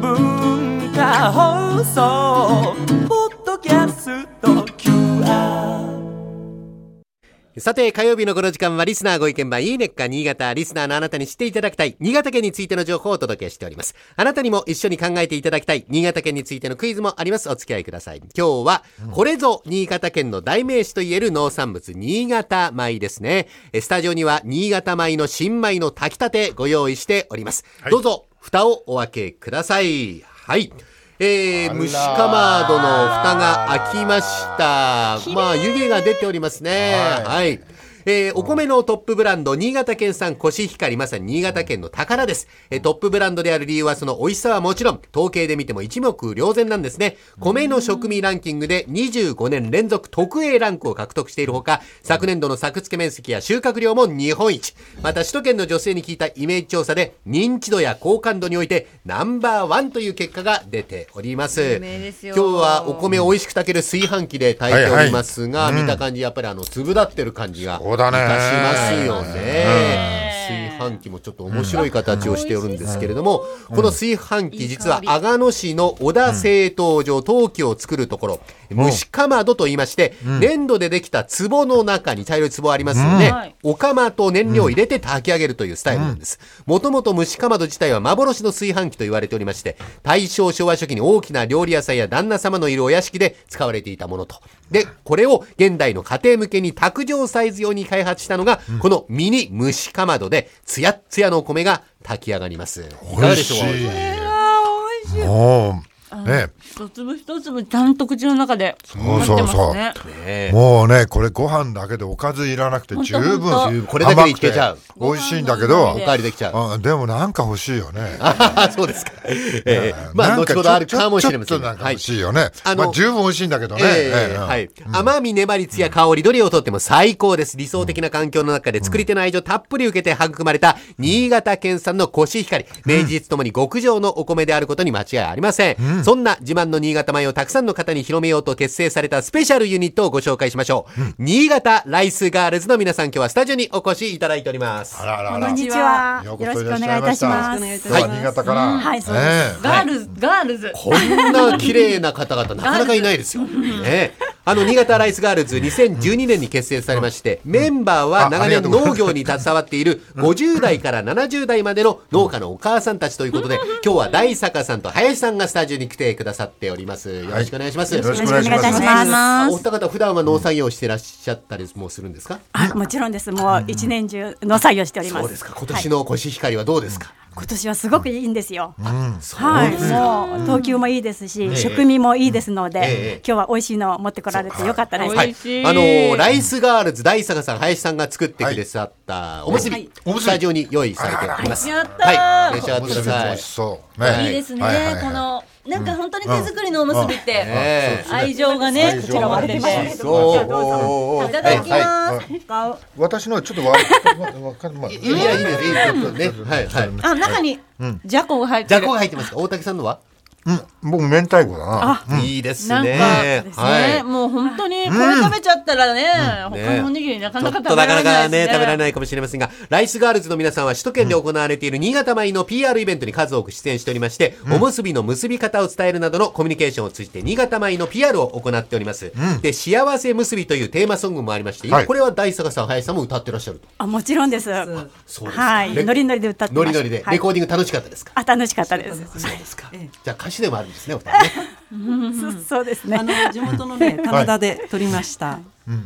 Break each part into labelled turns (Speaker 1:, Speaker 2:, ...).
Speaker 1: 文化放送ポッドキャスト QR
Speaker 2: さて、火曜日のこの時間はリスナーご意見番いいねっか新潟、リスナーのあなたに知っていただきたい、新潟県についての情報をお届けしております。あなたにも一緒に考えていただきたい、新潟県についてのクイズもあります。お付き合いください。今日は、これぞ新潟県の代名詞といえる農産物、新潟米ですね。えスタジオには、新潟米の新米の炊きたてご用意しております。
Speaker 3: はい
Speaker 2: どうぞ、蓋をお開けください。はい。え
Speaker 3: あ
Speaker 2: ー、
Speaker 3: ら
Speaker 2: 蒸しかまどの蓋が開きました。まあ、湯気が出ておりますね。
Speaker 3: はい
Speaker 2: はい。えーお米のトップブランド、新潟県産コシヒカリ、まさに新潟県の宝です。えートップブランドである理由はその美味しさはもちろん、統計で見ても一目瞭然なんですね。米の食味ランキングで25年連続特 A ランクを獲得しているほか、昨年度の作付面積や収穫量も日本一。また、首都圏の女性に聞いたイメージ調査で、認知度や好感度においてナンバーワンという結果が出ております。
Speaker 4: 有名ですよ
Speaker 2: 今日はお米を美味しく炊ける炊飯器で炊いておりますが、
Speaker 3: はいはいうん
Speaker 2: 見た感じ、やっぱりあの、粒立ってる感じが。
Speaker 3: そうだね
Speaker 2: いたしますよね。炊飯器もちょっと面白い形をしておるんですけれども、この炊飯器、実は阿賀野市の小田製陶所陶器を作るところ、蒸しかまどと言いまして、粘土でできた壺の中に茶色い壺ありますよ
Speaker 4: うんは
Speaker 2: ね
Speaker 4: い。
Speaker 2: お釜と燃料を入れて炊き上げるというスタイルなんです。もともと蒸しかまど自体は幻の炊飯器と言われておりまして、大正昭和初期に大きな料理屋さんや旦那様のいるお屋敷で使われていたものと。で、これを現代の家庭向けに卓上サイズ用に開発したのが、このミニ蒸しかまどで、ツヤッツヤのお米が炊き上がります。いか
Speaker 3: 美
Speaker 2: が
Speaker 3: 味
Speaker 2: でし
Speaker 3: し
Speaker 2: ょう
Speaker 3: い。
Speaker 4: あー美味しい
Speaker 3: もう、ね、
Speaker 4: 一粒一粒ちゃんと口の中で
Speaker 3: うそうそう
Speaker 4: なってますね
Speaker 2: ね
Speaker 3: もうね、これご飯だけでおかずいらなくて十
Speaker 4: ほんとほんと
Speaker 3: 分。
Speaker 2: これだけでいけちゃう
Speaker 3: 甘くて美味しいんだけ
Speaker 4: ご飯の
Speaker 2: お
Speaker 4: 上
Speaker 3: ど
Speaker 4: で、
Speaker 2: かわりできちゃう。
Speaker 3: あでもなんか欲しいよね。
Speaker 2: あ そうですか。ええまあ、
Speaker 3: なん
Speaker 2: 後
Speaker 3: か
Speaker 2: ほどあるかもしれませ
Speaker 3: ちょ
Speaker 2: ん
Speaker 3: っとなんか
Speaker 2: はい
Speaker 3: 欲。しいよね。
Speaker 2: あの
Speaker 3: まあ十分美味しいんだけどね。
Speaker 2: え
Speaker 3: え
Speaker 2: え
Speaker 3: え
Speaker 2: はい。甘み、粘り、艶、香り、どれをとっても最高です。理想的な環境の中で作り手の愛情たっぷり受けて育まれた、新潟県産のコシヒカリ。名実ともに極上のお米であることに間違いありません。そんな自慢の新潟米をたくさんの方に広めようと結成されたスペシャルユニットをご紹介しましょう。新潟ライスガールズの皆さん、今日はスタジオにお越しいただいております。
Speaker 3: あらあらあ
Speaker 5: こん
Speaker 3: ら。
Speaker 5: にちは。
Speaker 3: よ
Speaker 5: よ
Speaker 3: うこ
Speaker 5: ろ
Speaker 3: そ
Speaker 5: し
Speaker 3: い
Speaker 5: く
Speaker 3: ら
Speaker 5: お
Speaker 3: っしゃ
Speaker 5: 願
Speaker 3: い
Speaker 5: いい
Speaker 3: ま
Speaker 5: た
Speaker 3: し。
Speaker 5: したま
Speaker 4: よろし
Speaker 5: す。
Speaker 4: くお願い
Speaker 3: 今日は
Speaker 4: いたします
Speaker 3: 新潟から。
Speaker 5: はいそうです
Speaker 3: ええ
Speaker 4: ガールズガールズ
Speaker 2: こんな綺麗な方々なかなかいないですよ。ねえ、あの新潟ライスガールズ2012年に結成されまして、メンバー
Speaker 3: あ
Speaker 2: は長
Speaker 3: ありが
Speaker 2: 年
Speaker 3: とうございま
Speaker 2: 農
Speaker 3: す
Speaker 2: 業に携わっている50代から70代までの農家のお母さんたちということで、今日は大坂さんと林さんがスタジオに来てくださっております。よろしくお願いします。
Speaker 3: よろしくお
Speaker 5: よ
Speaker 3: 願い
Speaker 5: ろし
Speaker 3: し
Speaker 5: くお願いいたしま
Speaker 4: お願いし
Speaker 5: す。
Speaker 4: ま
Speaker 2: お二方普段は農作業をしてらっしゃったりもするんですか。
Speaker 5: あもちろんです。もう一年中の作業しております。
Speaker 2: そうですか。今年のコシヒカリはどうですか。
Speaker 5: 今年はすごくいいんですよ。
Speaker 2: そう
Speaker 5: はい。
Speaker 2: です
Speaker 5: もう等級もいいです
Speaker 2: え
Speaker 5: し、食味もいいですの
Speaker 2: ええ
Speaker 5: で、今日は美味しいのを持ってこられてよかったです。
Speaker 4: そう
Speaker 5: は
Speaker 2: はいい
Speaker 4: 美味しい
Speaker 2: あのーライスガールズ大坂さん林さんが作ってくださったおむすび、
Speaker 4: はい
Speaker 3: おむすび
Speaker 2: スタジオに用意されております
Speaker 4: やったー
Speaker 2: はい召し上がっ
Speaker 3: お
Speaker 2: て
Speaker 3: む
Speaker 2: く
Speaker 3: す
Speaker 2: だ
Speaker 3: びも美
Speaker 2: さい
Speaker 3: 味しそう。
Speaker 2: はい
Speaker 3: ね。
Speaker 4: いいですね、
Speaker 3: はいはいはい
Speaker 4: こ。のなんか本当に手作りのおむすびって、
Speaker 2: ねえ
Speaker 4: 愛情がね、
Speaker 3: 愛情がね
Speaker 4: こちらもあってて
Speaker 2: そうおーおーおー
Speaker 4: いただきます、
Speaker 3: はいはい私のはちょっとわわわかんまあ
Speaker 2: いいやいいですいいですねはいはい
Speaker 4: あ中にじゃこが入っ
Speaker 2: じ
Speaker 4: て
Speaker 2: ゃ
Speaker 4: る
Speaker 2: こが入ってますか大竹さんのは
Speaker 3: うん、僕明太子だな。
Speaker 2: いいです
Speaker 4: なんか
Speaker 2: ね
Speaker 4: ですね、
Speaker 2: はい
Speaker 4: もう本当にこれ食べちゃったらね、他のおにぎりなか
Speaker 2: ちょ
Speaker 4: な
Speaker 2: っ
Speaker 4: か食
Speaker 2: と
Speaker 4: べら
Speaker 2: なか
Speaker 4: れ
Speaker 2: な
Speaker 4: な
Speaker 2: か
Speaker 4: いで
Speaker 2: ね、
Speaker 4: すね
Speaker 2: 食べられないかもしれませんが、ライスガールズの皆さんは首都圏で行われている新潟米の PR イベントに数多く出演しておりまして、おむすびの結び方を伝えるなどのコミュニケーションを通じて新潟米の PR を行っております。で、幸せ結びというテーマソングもありまして、
Speaker 3: はい
Speaker 2: これは大坂さん、林さんも歌ってらっしゃると。
Speaker 5: あもちろんです。
Speaker 2: そうですか
Speaker 5: はい。
Speaker 2: レ
Speaker 5: ノリノリで歌ってま
Speaker 2: ノ
Speaker 5: す。
Speaker 2: リノリで、
Speaker 5: はい
Speaker 2: レコーディング楽しかったですか
Speaker 5: あ楽しかったです。
Speaker 2: そうですか。じゃあ歌手でもあるんですね、お二人ね。
Speaker 5: そそうですね
Speaker 6: あ。の地元のね、棚田で撮りました。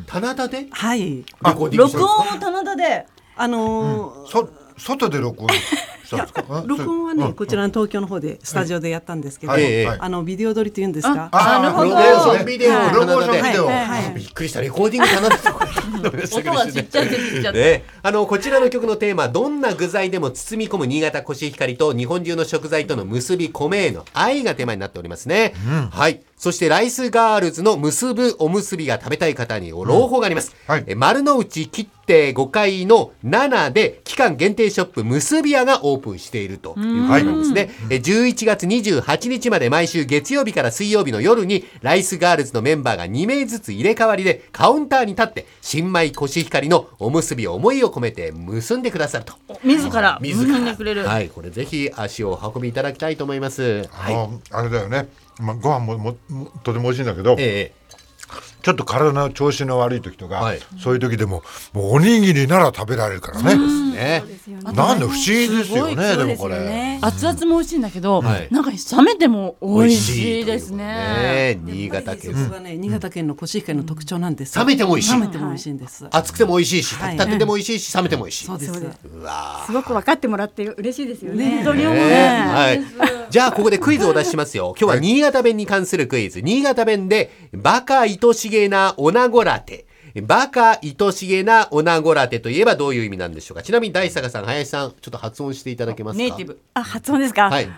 Speaker 2: 棚田でレ
Speaker 6: はい。
Speaker 2: コーディングしたんです
Speaker 4: 録
Speaker 2: か
Speaker 4: 音を棚田で
Speaker 6: あのー
Speaker 3: そ外で録音したんですか。うん
Speaker 6: 録音はね、こちらの東京の方でスタジオでやったんですけど、
Speaker 2: はいはい
Speaker 6: あのビデオ撮りって言うんですか。
Speaker 3: あ
Speaker 4: なるほ
Speaker 2: ロ
Speaker 4: ど
Speaker 2: モーションビデオ、
Speaker 3: はい
Speaker 2: 棚田で
Speaker 3: ロモーションビデオ
Speaker 2: はい
Speaker 6: はい
Speaker 2: びっくりした、レコーディング棚田で。
Speaker 4: 音がちっちゃいちっちゃい、
Speaker 2: ね、あのこちらの曲のテーマどんな具材でも包み込む新潟コシヒカリと日本中の食材との結び米への愛がテーマになっておりますね、はいそしてライスガールズの結ぶおむすびが食べたい方にお朗報があります、
Speaker 3: はい
Speaker 2: え丸の内キッ1.5階の7で期間限定ショップ結び屋がオープンしているということなんですね。え11月28日まで毎週月曜日から水曜日の夜にライスガールズのメンバーが2名ずつ入れ替わりでカウンターに立って新米コシヒカリのおむすびを思いを込めて結んでくださると。
Speaker 4: 自ら
Speaker 2: 自
Speaker 4: 結んでくれる
Speaker 2: ら。はい、これぜひ足をお運びいただきたいと思います。
Speaker 3: あ
Speaker 2: はい。
Speaker 3: のあれだよね、まあ、ご飯もももとても美味しいんだけど、
Speaker 2: え
Speaker 3: ちょっと体の調子の悪い時とか、
Speaker 2: はい
Speaker 3: そういう時でももうおにぎりなら食べられるからね、
Speaker 2: えね。
Speaker 3: なんで不思議ですよねで
Speaker 4: すごい
Speaker 3: もこれ、
Speaker 4: 熱々も美味しいんだけど、
Speaker 2: はい
Speaker 4: なんか冷めても美味しいです
Speaker 2: 美味
Speaker 4: ね。
Speaker 2: しいということでね新潟
Speaker 6: そ
Speaker 2: 県。
Speaker 6: こがね、新潟県のコシヒカリの特徴なんです。
Speaker 2: 冷めても美味しい
Speaker 6: 冷めても美味しいんです。
Speaker 2: 熱くても美味しいし、
Speaker 6: は
Speaker 2: 炊
Speaker 6: い
Speaker 2: きたてでも美味しいし、冷めても美味しい。
Speaker 6: そうです。
Speaker 2: うわ
Speaker 5: すごく分かってもらって嬉しいですよね。
Speaker 4: 本当に
Speaker 2: ー
Speaker 4: もう
Speaker 2: ね
Speaker 4: ね。
Speaker 2: はい。じゃあ、ここでクイズを出しますよ。今日は新潟弁に関するクイズ。新潟弁で、バカ愛しげな女子ラテ。バカ愛しげな女子ラテといえばどういう意味なんでしょうかちなみに大坂さん、林さん、ちょっと発音していただけますか
Speaker 4: ネイティブ。
Speaker 5: あ、発音ですか。
Speaker 2: はい。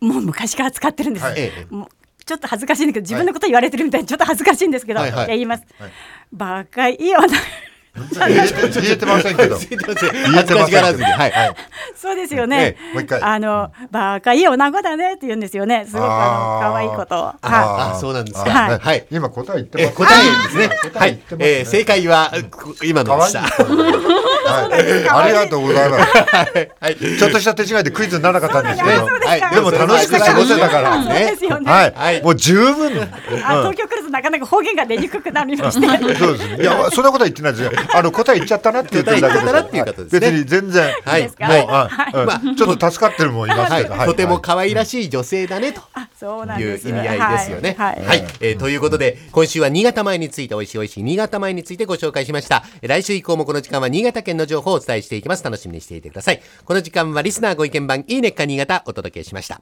Speaker 5: もう昔から使ってるんです。
Speaker 3: はい
Speaker 2: ええ
Speaker 5: もうちょっと恥ずかしいんだけど、自分のこと言われてるみたいにちょっと恥ずかしいんですけど、
Speaker 2: はいはい
Speaker 5: じゃあ言います。
Speaker 3: はい
Speaker 5: バカいい女。
Speaker 3: 言えて言えてませんけど
Speaker 2: 言えてません恥ずかしがらずに。はい。
Speaker 5: そうですよ
Speaker 2: え。
Speaker 5: ね
Speaker 3: えもう一回
Speaker 5: あの、バカいい女子だねって言うんですよね。すごくあの
Speaker 3: あー
Speaker 5: 可愛いことを。は
Speaker 2: あ、そうなんですか。
Speaker 5: はい
Speaker 2: はい。
Speaker 3: 今答え言って
Speaker 2: え
Speaker 3: ま
Speaker 2: ー
Speaker 3: す
Speaker 2: 答えですね。は
Speaker 3: 答
Speaker 2: い
Speaker 3: え言って。ますね
Speaker 2: えー正解は、こ今の
Speaker 3: 可
Speaker 2: で
Speaker 3: 愛
Speaker 2: し
Speaker 3: い
Speaker 2: た。
Speaker 3: はいありがとうございます
Speaker 2: はい。
Speaker 3: ちょっとした手違いでクイズにならなかったんですけ
Speaker 5: そう
Speaker 3: ど
Speaker 5: なんです
Speaker 2: はい
Speaker 3: でも楽しく過ごせたから
Speaker 5: そうですよね。
Speaker 3: はい、
Speaker 2: はい
Speaker 3: もう十分、
Speaker 5: あ東京来るとなかなか方言が出にくくなりまし て。
Speaker 3: そうですねいやそんなことは言ってないですよあの答え言っちゃったなって言ってるだけ
Speaker 2: 答え言っちゃったなっていうことですね
Speaker 3: 別に全然
Speaker 2: はい
Speaker 5: いですか
Speaker 3: もう
Speaker 5: はい
Speaker 3: うんうんちょっと助かってるもんいます
Speaker 2: は
Speaker 3: け
Speaker 2: い
Speaker 3: ど、
Speaker 2: とても可愛らしい女性だねと。
Speaker 5: あ、そうなん
Speaker 2: いう
Speaker 5: で
Speaker 2: 意
Speaker 5: す。
Speaker 2: 味合いですよね。
Speaker 5: はい。
Speaker 2: はい。えーということで、今週は新潟米について、美味しい美味しい新潟米についてご紹介しました。来週以降もこの時間は新潟県の情報をお伝えしていきます。楽しみにしていてください。この時間はリスナーご意見番、いいねっか新潟お届けしました。